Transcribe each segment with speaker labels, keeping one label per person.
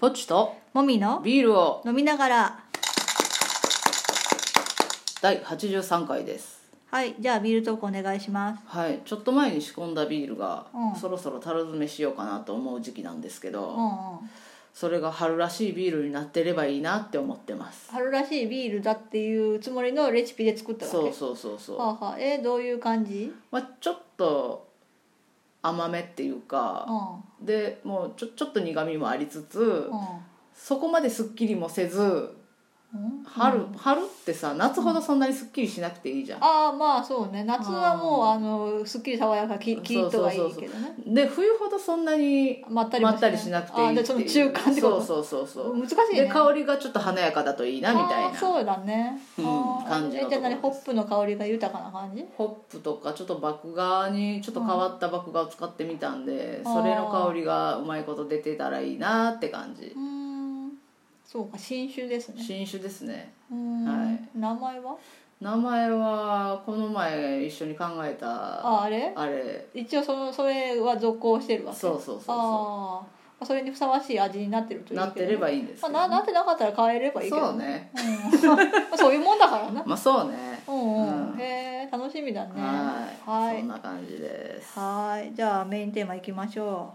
Speaker 1: ポチと
Speaker 2: もみの
Speaker 1: ビールを
Speaker 2: 飲みながら
Speaker 1: 第83回です
Speaker 2: はいじゃあビールトークお願いします
Speaker 1: はいちょっと前に仕込んだビールが、
Speaker 2: うん
Speaker 1: そろそろ樽詰めしようかなと思う時期なんですけど、
Speaker 2: うんうん
Speaker 1: それが春らしいビールになってればいいなって思ってます
Speaker 2: 春らしいビールだっていうつもりのレシピで作ったわけ
Speaker 1: そうそうそうそう、
Speaker 2: はあはあえどういう感じ
Speaker 1: まあ、ちょっと甘めっていう
Speaker 2: う
Speaker 1: か、
Speaker 2: んうん
Speaker 1: でもうちょちょっと苦みもありつつ、そこまですっきりもせず
Speaker 2: うん
Speaker 1: 春,、春ってさ夏ほどそんなにすっきりしなくていいじゃん、
Speaker 2: ああまあそうね夏はもう
Speaker 1: あ
Speaker 2: あのすっきり爽やかきキリッとがいいけどね
Speaker 1: で冬ほどそんなに
Speaker 2: まったり
Speaker 1: ま
Speaker 2: も
Speaker 1: ったりしなくてい
Speaker 2: あ
Speaker 1: い
Speaker 2: ー
Speaker 1: っ
Speaker 2: じ
Speaker 1: て
Speaker 2: ゃ
Speaker 1: いう
Speaker 2: あその中間ってこと
Speaker 1: そうそうそうそう
Speaker 2: 難しいね
Speaker 1: で香りがちょっと華やかだといいなみたい
Speaker 2: あー
Speaker 1: な
Speaker 2: そうだね、
Speaker 1: うん
Speaker 2: あー
Speaker 1: 感じの
Speaker 2: えじゃあ何
Speaker 1: とこ
Speaker 2: ホ
Speaker 1: ろ
Speaker 2: ップの香りが豊かな感じ
Speaker 1: ホップとかちょっと麦芽にちょっと変わった麦芽を使ってみたんで、
Speaker 2: あー
Speaker 1: それの香りがうまいこと出てたらいいなって感じ
Speaker 2: うーんそうか新酒ですね
Speaker 1: 新酒ですね
Speaker 2: うーん、
Speaker 1: は
Speaker 2: 名前は
Speaker 1: 名前はこの前一緒に考えた
Speaker 2: ああれ
Speaker 1: あれ
Speaker 2: 一応そのそれは続行してるわけ
Speaker 1: そうそうそうそ
Speaker 2: あーまあそれにふさわしい味になってると
Speaker 1: う
Speaker 2: いう
Speaker 1: なってれば
Speaker 2: いい
Speaker 1: いいんです
Speaker 2: ま
Speaker 1: け
Speaker 2: あ、
Speaker 1: ど
Speaker 2: ななってなかったら変えればいいけど
Speaker 1: そうね
Speaker 2: うん まあそういうもんだからな
Speaker 1: まあそうね
Speaker 2: うん
Speaker 1: う
Speaker 2: うんんへえ楽しみだね
Speaker 1: はい、
Speaker 2: はい
Speaker 1: そんな感じです
Speaker 2: はいじゃあメインテーマいきましょ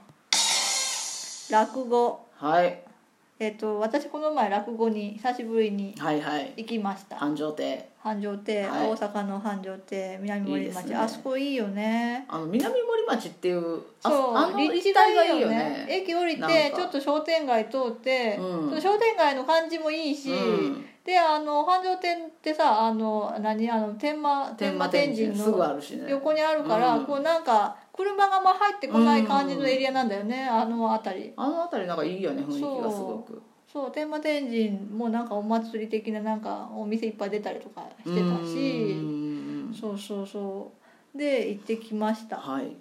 Speaker 2: う落語
Speaker 1: はい
Speaker 2: えっと私この前落語に久しぶりに
Speaker 1: はいはい
Speaker 2: 行きました
Speaker 1: 繁盛亭
Speaker 2: 繁盛亭、
Speaker 1: はい
Speaker 2: 大阪の繁盛亭南
Speaker 1: いい
Speaker 2: 森
Speaker 1: です
Speaker 2: 町
Speaker 1: ね
Speaker 2: あそこいいよね
Speaker 1: あの南森町っていうあ
Speaker 2: そう
Speaker 1: あの
Speaker 2: 立
Speaker 1: 一
Speaker 2: 地
Speaker 1: 帯が
Speaker 2: が
Speaker 1: い
Speaker 2: い
Speaker 1: い
Speaker 2: い
Speaker 1: よ
Speaker 2: よ
Speaker 1: ね
Speaker 2: ね駅降り
Speaker 1: なん
Speaker 2: て
Speaker 1: か
Speaker 2: ちょっと商店街通って、
Speaker 1: うん
Speaker 2: その商店街の感じもいいし、
Speaker 1: うん
Speaker 2: であの繁盛店ってさあの何あの天満
Speaker 1: 天
Speaker 2: 天
Speaker 1: 満
Speaker 2: 満
Speaker 1: 天
Speaker 2: 天
Speaker 1: 神
Speaker 2: 神
Speaker 1: すぐ
Speaker 2: の
Speaker 1: あるしね
Speaker 2: 横にあるから、
Speaker 1: うん
Speaker 2: こうなんか車があんま入ってこない感じのエリアなんだよね、あの辺り
Speaker 1: あの辺りなんかいいよね雰囲気がすごく
Speaker 2: そう天満天神もなんかお祭り的ななんかお店いっぱい出たりとかしてたし、
Speaker 1: うん
Speaker 2: そうそうそうで行ってきました
Speaker 1: はい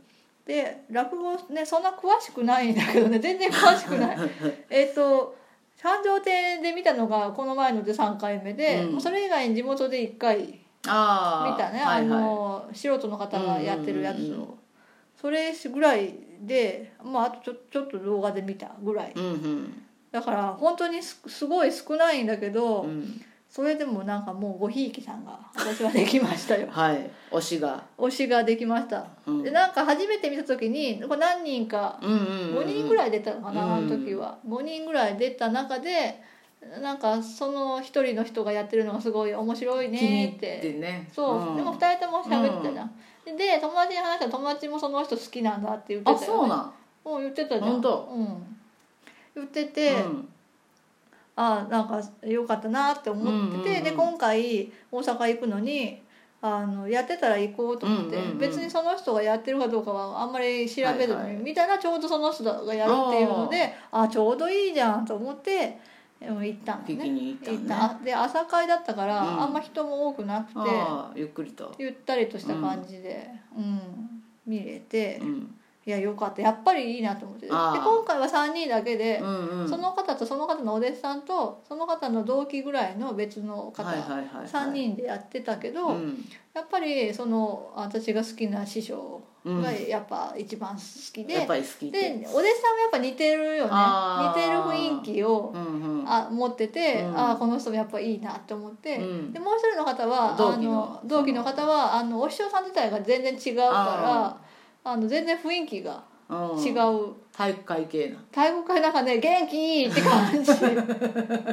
Speaker 2: で落語ねそんな詳しくないんだけどね全然詳 しくないえっと三条亭で見たのがこの前ので3回目で、
Speaker 1: うん
Speaker 2: それ以外に地元で1回見
Speaker 1: ああ
Speaker 2: たね、
Speaker 1: はい
Speaker 2: あ
Speaker 1: は
Speaker 2: の素人の方がやってるやつを、
Speaker 1: うんうんうんうん
Speaker 2: それぐらいで、まあ、あとちょちょっと動画で見たぐらい
Speaker 1: いうんうん
Speaker 2: だから本当にすすごい少ないんだけど、
Speaker 1: うん
Speaker 2: それでもなんかもうごひいきさんが私はできました よ
Speaker 1: はい推しが
Speaker 2: 推しができました、
Speaker 1: うん
Speaker 2: でなんか初めて見た時にこれ何人か
Speaker 1: うんうん
Speaker 2: 5人ぐ
Speaker 1: い
Speaker 2: らい出たのかな、
Speaker 1: うん
Speaker 2: あの時は5人ぐらい出た中でなんかその1人の人がやってるのがすごい面白い
Speaker 1: 気に
Speaker 2: ね
Speaker 1: 入っ
Speaker 2: って
Speaker 1: てね
Speaker 2: そう、
Speaker 1: ん
Speaker 2: でも2人とも喋ってたじゃん、で友達に話したら友達もその人好きなんだって言って
Speaker 1: あ
Speaker 2: た
Speaker 1: そう
Speaker 2: ね
Speaker 1: なん
Speaker 2: うん言ってたじゃん
Speaker 1: 本当
Speaker 2: うん言ってて、
Speaker 1: うん
Speaker 2: あなんか良かったなって思ってて、
Speaker 1: うんうんうん
Speaker 2: で今回大阪行くのにあのやってたら行こうと思って、
Speaker 1: うんうんうん
Speaker 2: 別にその人がやってるかどうかはあんまり調べずに、
Speaker 1: はいはい
Speaker 2: 見たらちょうどその人がやるっていうのであちょうどいいじゃんと思ってうん行ったの
Speaker 1: ピキ
Speaker 2: ね。
Speaker 1: に行
Speaker 2: 行
Speaker 1: っ
Speaker 2: った
Speaker 1: ね
Speaker 2: たで朝会だったから、
Speaker 1: うん
Speaker 2: あんま人も多くなくて
Speaker 1: ああゆっくりと
Speaker 2: ゆったりとした感じで、うん見れて
Speaker 1: うん
Speaker 2: いやよかったやっぱりいいなと思ってで
Speaker 1: あー
Speaker 2: 今回は3人だけで、
Speaker 1: うんうん
Speaker 2: その方とその方のお弟子さんとその方の同期ぐらいの別の方、
Speaker 1: はいはいはいはい
Speaker 2: 3人でやってたけど、
Speaker 1: うん
Speaker 2: やっぱりその私が好きな師匠
Speaker 1: うん
Speaker 2: がやっぱ一番好きで、
Speaker 1: やっぱり好きって
Speaker 2: でお弟子さんもやっぱ似てるよね
Speaker 1: あ
Speaker 2: 似てる
Speaker 1: ー
Speaker 2: 雰囲気を、
Speaker 1: うんうん
Speaker 2: あ持ってて、
Speaker 1: うん
Speaker 2: ああこの人もやっぱいいなと思って。
Speaker 1: うん
Speaker 2: でもう一人の方は
Speaker 1: 同期の
Speaker 2: あの同期の方はあのお師匠さん自体が全然違うからあの全然雰囲気が
Speaker 1: うん
Speaker 2: 違う、
Speaker 1: 体育会系な
Speaker 2: 体育会なんかね「元気!」って感 じ「元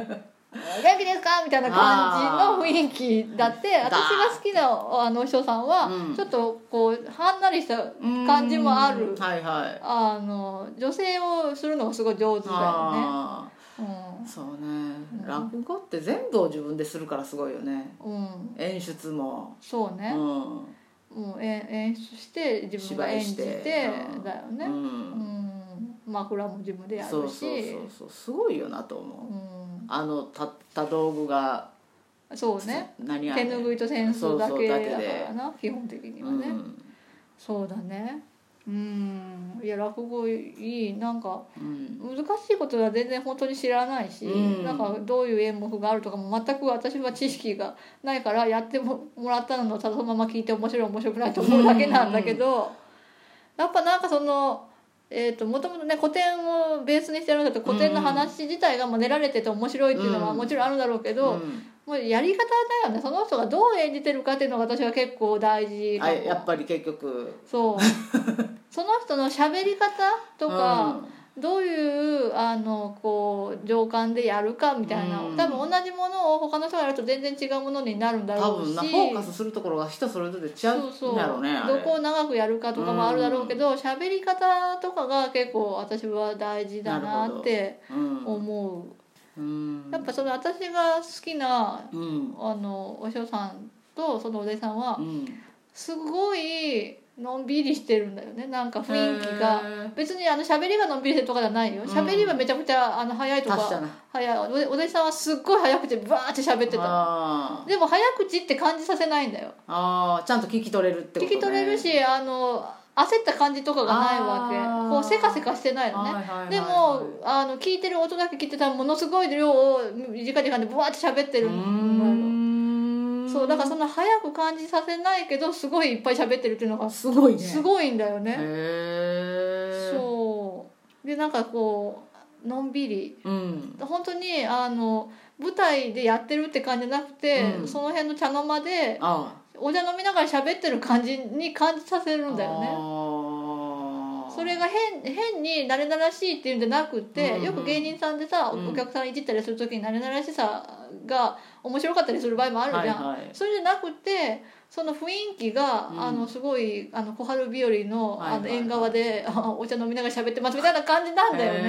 Speaker 2: 気ですか?」みたいな感じの雰囲気だって
Speaker 1: あー
Speaker 2: 私が好きなあのお師匠さんは、
Speaker 1: うん
Speaker 2: ちょっとこうはんなりした感じもあ
Speaker 1: う
Speaker 2: る
Speaker 1: んはいはい
Speaker 2: あの女性をするのがすごい上手だよね。
Speaker 1: あ
Speaker 2: うん
Speaker 1: ーそうね落語って全部を自分でするからすごいよね
Speaker 2: うん、
Speaker 1: 演出も
Speaker 2: そう
Speaker 1: う
Speaker 2: ね、
Speaker 1: ん
Speaker 2: もうえ演出して自分が演じて
Speaker 1: 芝居してうん
Speaker 2: だよ
Speaker 1: う
Speaker 2: ね、うんん、枕も自分でやるし
Speaker 1: そうそうそうそうすごいよなと思う
Speaker 2: う
Speaker 1: あの立った道具が
Speaker 2: ん、そうね
Speaker 1: 何あ
Speaker 2: 手
Speaker 1: れ
Speaker 2: ぬぐいと扇
Speaker 1: そう
Speaker 2: 子だ
Speaker 1: そう
Speaker 2: け
Speaker 1: だ
Speaker 2: だ
Speaker 1: けで
Speaker 2: からな基本的にはね、
Speaker 1: うん
Speaker 2: そうだねうんいや落語いいなんか
Speaker 1: うん
Speaker 2: 難しいことは全然本当に知らないし、
Speaker 1: うん
Speaker 2: なんかどういう演目があるとかも全く私は知識がないからやってももらったのをただそのまま聞いて面白い面白くないと思うだけなんだけど、やっぱなんかそのえー、ともともとね古典をベースにしてるんだけど古典の話自体がもう練られてて面白いっていうのは
Speaker 1: うん
Speaker 2: もちろんあるんだろうけど、
Speaker 1: うん
Speaker 2: もうやり方だよねその人がどう演じてるかっていうのが私は結構大事
Speaker 1: あ
Speaker 2: かも
Speaker 1: やっぱり結局
Speaker 2: そうその人の喋り方とか、どういうあのこう情感でやるかみたいな、
Speaker 1: うん
Speaker 2: 多分同じものを他の人がやると全然違うものになるん
Speaker 1: う
Speaker 2: だ
Speaker 1: ん、多
Speaker 2: ろうし
Speaker 1: 分なフォーカスするところが人それぞれ違うんだろうねあれ
Speaker 2: どこを長くやるかとかもあるだろうけど喋、り方とかが結構私は大事だなって
Speaker 1: うん
Speaker 2: 思う、
Speaker 1: うん
Speaker 2: やっぱその私が好きな
Speaker 1: うん
Speaker 2: あのお嬢さんとそのお弟子さんは
Speaker 1: うん
Speaker 2: すごいのんびりしてるんだよねなんか雰囲気が。
Speaker 1: へー
Speaker 2: 別にあの喋りがのんびりしてるとかじゃないよ
Speaker 1: うん
Speaker 2: 喋りはめちゃくちゃあの早いと
Speaker 1: 達者
Speaker 2: か
Speaker 1: な
Speaker 2: 早いお弟お弟子さんはすっごい早口でバーって喋ってた
Speaker 1: あー
Speaker 2: でも早口って感じさせないんだよ
Speaker 1: あーちゃんと聞き取れるってこと、
Speaker 2: 聞
Speaker 1: ね、
Speaker 2: き取れるしあの焦った感じとかがないわけ
Speaker 1: あー
Speaker 2: こうせかせかしてないの
Speaker 1: はい
Speaker 2: ね
Speaker 1: はいはいはい
Speaker 2: でもあの聞いてる音だけ聞いてたらものすごい量を短い時間でブワーって喋ってる
Speaker 1: う
Speaker 2: の
Speaker 1: ーん
Speaker 2: そうだからその早く感じさせないけどすごいいっぱい喋ってるっていうのが
Speaker 1: すごいね
Speaker 2: すごいんだよ
Speaker 1: へ
Speaker 2: ね
Speaker 1: え
Speaker 2: そうでなんかこうのんびり
Speaker 1: う、ん、
Speaker 2: 本当にあの舞台でやってるって感じじゃなくて、
Speaker 1: うん
Speaker 2: その辺の茶の間で
Speaker 1: あ
Speaker 2: お茶飲みながら喋ってる感じに感じさせるんだよね
Speaker 1: ね
Speaker 2: それが変変に慣れ慣らしいっていうんじゃなくて、
Speaker 1: うんうん
Speaker 2: よく芸人さんでさお
Speaker 1: うん
Speaker 2: お客さんいじったりする時に慣れ慣らしさが面白かったりする場合もあるじゃん、
Speaker 1: はいはい
Speaker 2: それじゃなくてその雰囲気が、
Speaker 1: うん
Speaker 2: あのすごいあの小春日和の,、
Speaker 1: はいはいはい
Speaker 2: あの縁側で あお茶飲みながら喋ってますみたいな感じなんだよね。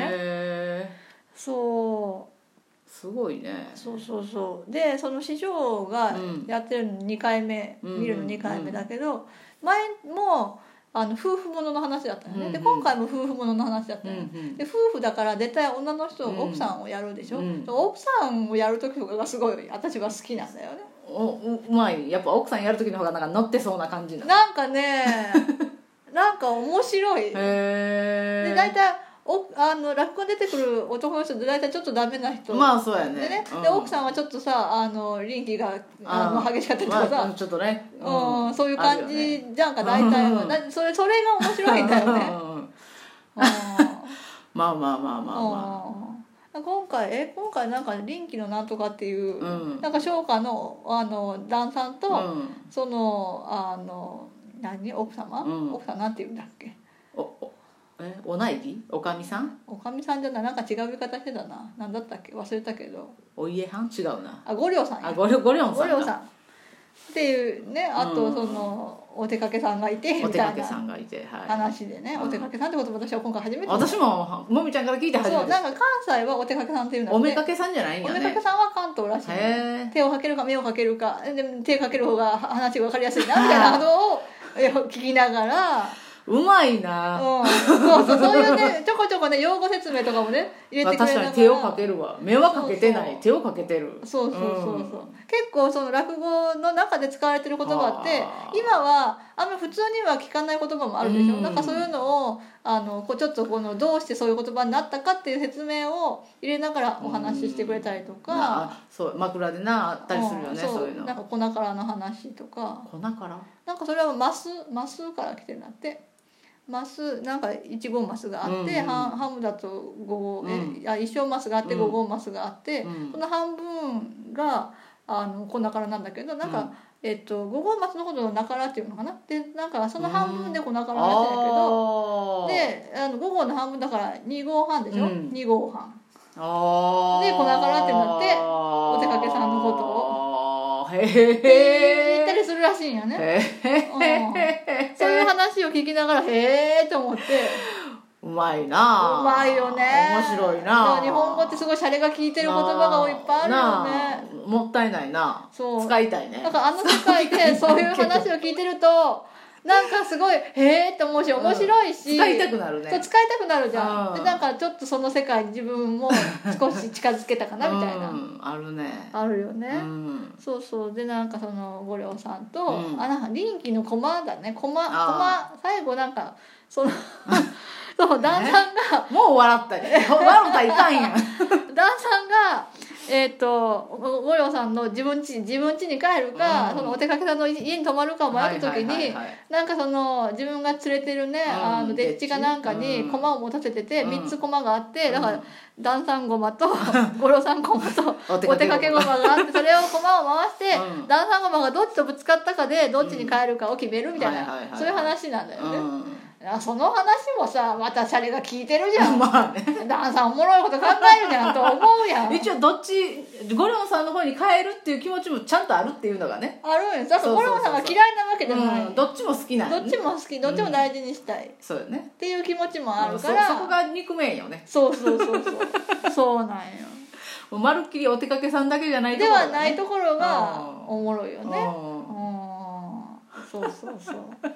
Speaker 1: ね
Speaker 2: そう
Speaker 1: すごいね
Speaker 2: そうそうそうでその師匠が
Speaker 1: うん
Speaker 2: やってるの2回目、
Speaker 1: うんうん
Speaker 2: 見るの2回目だけど、前もあの夫婦ものの話だったよね、
Speaker 1: うんうん
Speaker 2: で今回も夫婦ものの話だった
Speaker 1: うん
Speaker 2: よね、
Speaker 1: うん
Speaker 2: で夫婦だから絶対女の人、
Speaker 1: うん
Speaker 2: 奥さんをやるでしょ、
Speaker 1: うん
Speaker 2: 奥さんをやる時とかがすごい私は好きなんだよね
Speaker 1: おううまいやっぱ奥さんやる時の方がなんか乗ってそうな感じなへ
Speaker 2: なん かねなんか面白い
Speaker 1: え
Speaker 2: で大体おあの落語に出てくる男の人って大体ちょっとダメな人、
Speaker 1: まあそうやね
Speaker 2: でね、
Speaker 1: う
Speaker 2: で奥さんはちょっとさあの臨機があの
Speaker 1: あー
Speaker 2: 激しかったりとか
Speaker 1: まあ
Speaker 2: さ
Speaker 1: うん、ちょっとね
Speaker 2: うんそういう感じじゃんか、
Speaker 1: あるよね
Speaker 2: 大体
Speaker 1: う
Speaker 2: は
Speaker 1: ん、
Speaker 2: だそれそれが面白いんだよね
Speaker 1: うん
Speaker 2: うん
Speaker 1: まあまあまあまあま
Speaker 2: うん今回え今回なんか臨機のなんとかっていう、
Speaker 1: うん
Speaker 2: なんか商家のあの旦さんと、
Speaker 1: あうん
Speaker 2: そのあの何奥様、
Speaker 1: うん
Speaker 2: 奥さんなんて言うんだっけ
Speaker 1: おおえお内儀おかみさん
Speaker 2: おかみさんじゃないなんか違う呼び方してたな何だったっけ忘れたけど
Speaker 1: お家はん違うな
Speaker 2: あ五両さんや
Speaker 1: あごりょごりょん
Speaker 2: 五
Speaker 1: さん
Speaker 2: 両
Speaker 1: だ
Speaker 2: さんっていうねあ
Speaker 1: う
Speaker 2: と
Speaker 1: ん
Speaker 2: そのお出かけさんがいてみ
Speaker 1: お手
Speaker 2: た
Speaker 1: 掛
Speaker 2: い
Speaker 1: けさ
Speaker 2: なん
Speaker 1: がいてはい
Speaker 2: 話でね、
Speaker 1: うん
Speaker 2: お出かけさんってこと私は今回初めて
Speaker 1: 私ももみちゃんから聞いて初
Speaker 2: そ
Speaker 1: め
Speaker 2: う
Speaker 1: て
Speaker 2: なんか関西はお出かけさんっていうんだ
Speaker 1: お
Speaker 2: って
Speaker 1: めかけさんじゃないん
Speaker 2: お
Speaker 1: や
Speaker 2: 出かけ
Speaker 1: ね
Speaker 2: さんは関東らしいね
Speaker 1: へえ
Speaker 2: 手をかけるか目をかけるかで手かける方が話が分かりやすいなみたいなことをえ聞きながら。
Speaker 1: うまいな
Speaker 2: うんそうそうそういうねちょこちょこね用語説明とかもね入れ
Speaker 1: まあ
Speaker 2: てくれ
Speaker 1: 確
Speaker 2: な
Speaker 1: か
Speaker 2: がら
Speaker 1: に手をかけるわ目はかけてな
Speaker 2: そ
Speaker 1: い
Speaker 2: うそう
Speaker 1: 手をかけてる
Speaker 2: そうそうそうそう、
Speaker 1: うん
Speaker 2: 結構その落語の中で使われてる言葉って
Speaker 1: あー
Speaker 2: 今はあんま普通には聞かない言葉もあるでしょ、
Speaker 1: うん
Speaker 2: なんかそういうのをあのこうちょっとこのどうしてそういう言葉になったかっていう説明を入れながらお話ししてくれたりと
Speaker 1: な
Speaker 2: か、
Speaker 1: あそう枕でなあったりするよ
Speaker 2: うん
Speaker 1: ねそういう
Speaker 2: なん
Speaker 1: の
Speaker 2: か粉からの話とか
Speaker 1: 粉から
Speaker 2: なんかそれはマスマスから来てるんだってマスなんか1号マスがあって、
Speaker 1: うんうん
Speaker 2: ハハムだと5号、え
Speaker 1: うん
Speaker 2: あ1小マスがあって
Speaker 1: うん
Speaker 2: 5号マスがあって、
Speaker 1: うん
Speaker 2: その半分があのこんなからなんだけどなんか、
Speaker 1: うん
Speaker 2: えっと、5号マスのことをなからっていうのかなでなんかその半分でこんな
Speaker 1: あ
Speaker 2: からなんだけど、
Speaker 1: ー
Speaker 2: であの5号の半分だから2号半でしょ、
Speaker 1: うん
Speaker 2: 2号半
Speaker 1: あー
Speaker 2: で粉からってなってお手掛けさんのこ
Speaker 1: を
Speaker 2: と
Speaker 1: へ
Speaker 2: って言った
Speaker 1: え
Speaker 2: りするらしいんやね、
Speaker 1: へ
Speaker 2: うんそういう話を聞きながらへえと思って。
Speaker 1: うまいな
Speaker 2: うまいよね
Speaker 1: 面白いな
Speaker 2: でも日本語ってすごいシャレが効いてる言葉がいっぱいあるよね
Speaker 1: るよねもったいないな
Speaker 2: そう
Speaker 1: 使いたいね
Speaker 2: だからあの世界でそういう話を聞いてるとなんかすごいへえって思うし面白いし、
Speaker 1: 使いたくなる
Speaker 2: そう
Speaker 1: ね
Speaker 2: 使いたくなるじゃ
Speaker 1: うんん
Speaker 2: でなんかちょっとその世界に自分も少し近づけたかなみたいな、
Speaker 1: うんあるね
Speaker 2: あるよ
Speaker 1: う
Speaker 2: ね、
Speaker 1: ん
Speaker 2: そうそうでなんかその五稜さんと、
Speaker 1: うん
Speaker 2: あなんか臨機の駒だね駒
Speaker 1: あ
Speaker 2: 駒最後なんか そのそう旦さんが
Speaker 1: もう笑ったり笑ったらいかんやん
Speaker 2: 旦さんがえっ、とご五郎さんの自分家自分家に帰るか、
Speaker 1: うん
Speaker 2: そのお出かけさんの家に 泊まるかを迷った時
Speaker 1: は
Speaker 2: に、
Speaker 1: いはいはいはい
Speaker 2: なんかその自分が連れてるね、
Speaker 1: うん
Speaker 2: あのデッチかなんか
Speaker 1: デッ
Speaker 2: に
Speaker 1: チ
Speaker 2: 駒を持たせてて、
Speaker 1: うん
Speaker 2: 三3つ駒があって、だか
Speaker 1: うん
Speaker 2: ら段さん駒と 五郎さん駒と
Speaker 1: お
Speaker 2: お出かけ駒があってそれを駒を回して、
Speaker 1: うん
Speaker 2: 段さん駒がどっちとぶつかったかでどっちに変えるかを決めるみたいな、
Speaker 1: うんはいはいはい
Speaker 2: そういう話なんだよね。
Speaker 1: うん
Speaker 2: あその話もさまたシャレが効いてるじゃん。
Speaker 1: まあね
Speaker 2: 段さんおもろいこと考えるじゃんと思 うやん。
Speaker 1: 一応どっちゴリョンさんの方に変えるっていう気持ちもちゃんとあるっていうのがね、
Speaker 2: あるんですだから
Speaker 1: そう
Speaker 2: 五
Speaker 1: そうそう
Speaker 2: 郎
Speaker 1: そ
Speaker 2: さ
Speaker 1: うん
Speaker 2: が嫌いなわけじゃない、
Speaker 1: うん、
Speaker 2: ど
Speaker 1: どっちも好きなんやね
Speaker 2: っちも好きどっちも大事にしたいっ
Speaker 1: そうよね
Speaker 2: ていう気持ちもあるか
Speaker 1: そ
Speaker 2: ら、
Speaker 1: そこが憎めんよね
Speaker 2: そうそうそうそうそうなんよ
Speaker 1: もうまるっきりお出かけさんだけじゃ ないと
Speaker 2: で
Speaker 1: ころ
Speaker 2: は
Speaker 1: ね
Speaker 2: ないところが
Speaker 1: うん
Speaker 2: おもろいよねう
Speaker 1: うん
Speaker 2: そうそうそう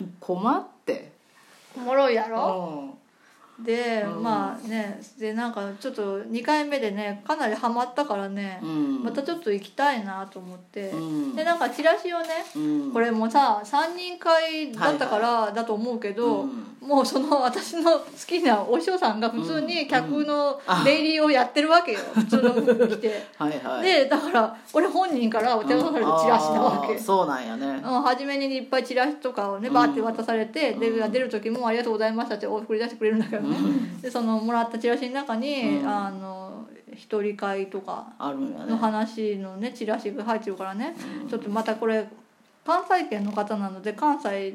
Speaker 1: うん困って
Speaker 2: おもろいやろ
Speaker 1: うん
Speaker 2: で
Speaker 1: うん
Speaker 2: まあねでなんかちょっと2回目でねかなりハマったからね
Speaker 1: う、ん
Speaker 2: またちょっと行きたいなと思って、
Speaker 1: うん
Speaker 2: でなんかチラシをね
Speaker 1: うん
Speaker 2: これもさ3人会だったからだと思うけど、
Speaker 1: うん
Speaker 2: もうその私の好きなお師匠さんが普通に客の出入りをやってるわけよ、普通の服着て、
Speaker 1: はいはい
Speaker 2: でだから俺本人からお手渡されたチラシなわけ、
Speaker 1: あーそうなんやね
Speaker 2: うん初めにいっぱいチラシとかをね
Speaker 1: うん
Speaker 2: バーって渡されて、
Speaker 1: う
Speaker 2: で
Speaker 1: ん
Speaker 2: 出る時も「ありがとうございました」ってお送り出してくれるんだけどね、でそのもらったチラシの中に、
Speaker 1: うん
Speaker 2: あの一人会とか
Speaker 1: あるんやね
Speaker 2: の話のねチラシが入ってるからね、
Speaker 1: うん
Speaker 2: ちょっとまたこれ関西圏の方なので関西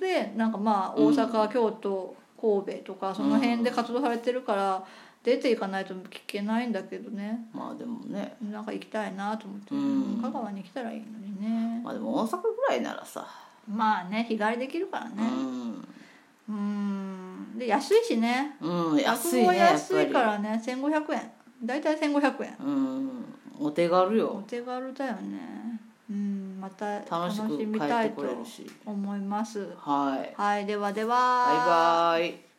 Speaker 2: でなんかまあ
Speaker 1: うん
Speaker 2: 大阪、京都神戸とかその辺で活動されてるから出ていかないと聞けないんだけどね
Speaker 1: まあでもね
Speaker 2: なんか行きたいなと思って、
Speaker 1: うん
Speaker 2: 香川に来たらいいのにね
Speaker 1: まあでも大阪ぐらいならさ、
Speaker 2: まあね日帰りできるからねうんで安いしね
Speaker 1: うん、うん、安い
Speaker 2: 落語
Speaker 1: ねやっ
Speaker 2: 安
Speaker 1: ぱ
Speaker 2: い
Speaker 1: り
Speaker 2: からね1500円大体1500円
Speaker 1: うんお手軽
Speaker 2: お
Speaker 1: よ
Speaker 2: 手軽だよねうんまた
Speaker 1: 楽
Speaker 2: 楽
Speaker 1: し
Speaker 2: し
Speaker 1: く帰
Speaker 2: み
Speaker 1: ったて
Speaker 2: い
Speaker 1: ことれるし
Speaker 2: 思います
Speaker 1: はい
Speaker 2: はい、ではでは。
Speaker 1: バイバイ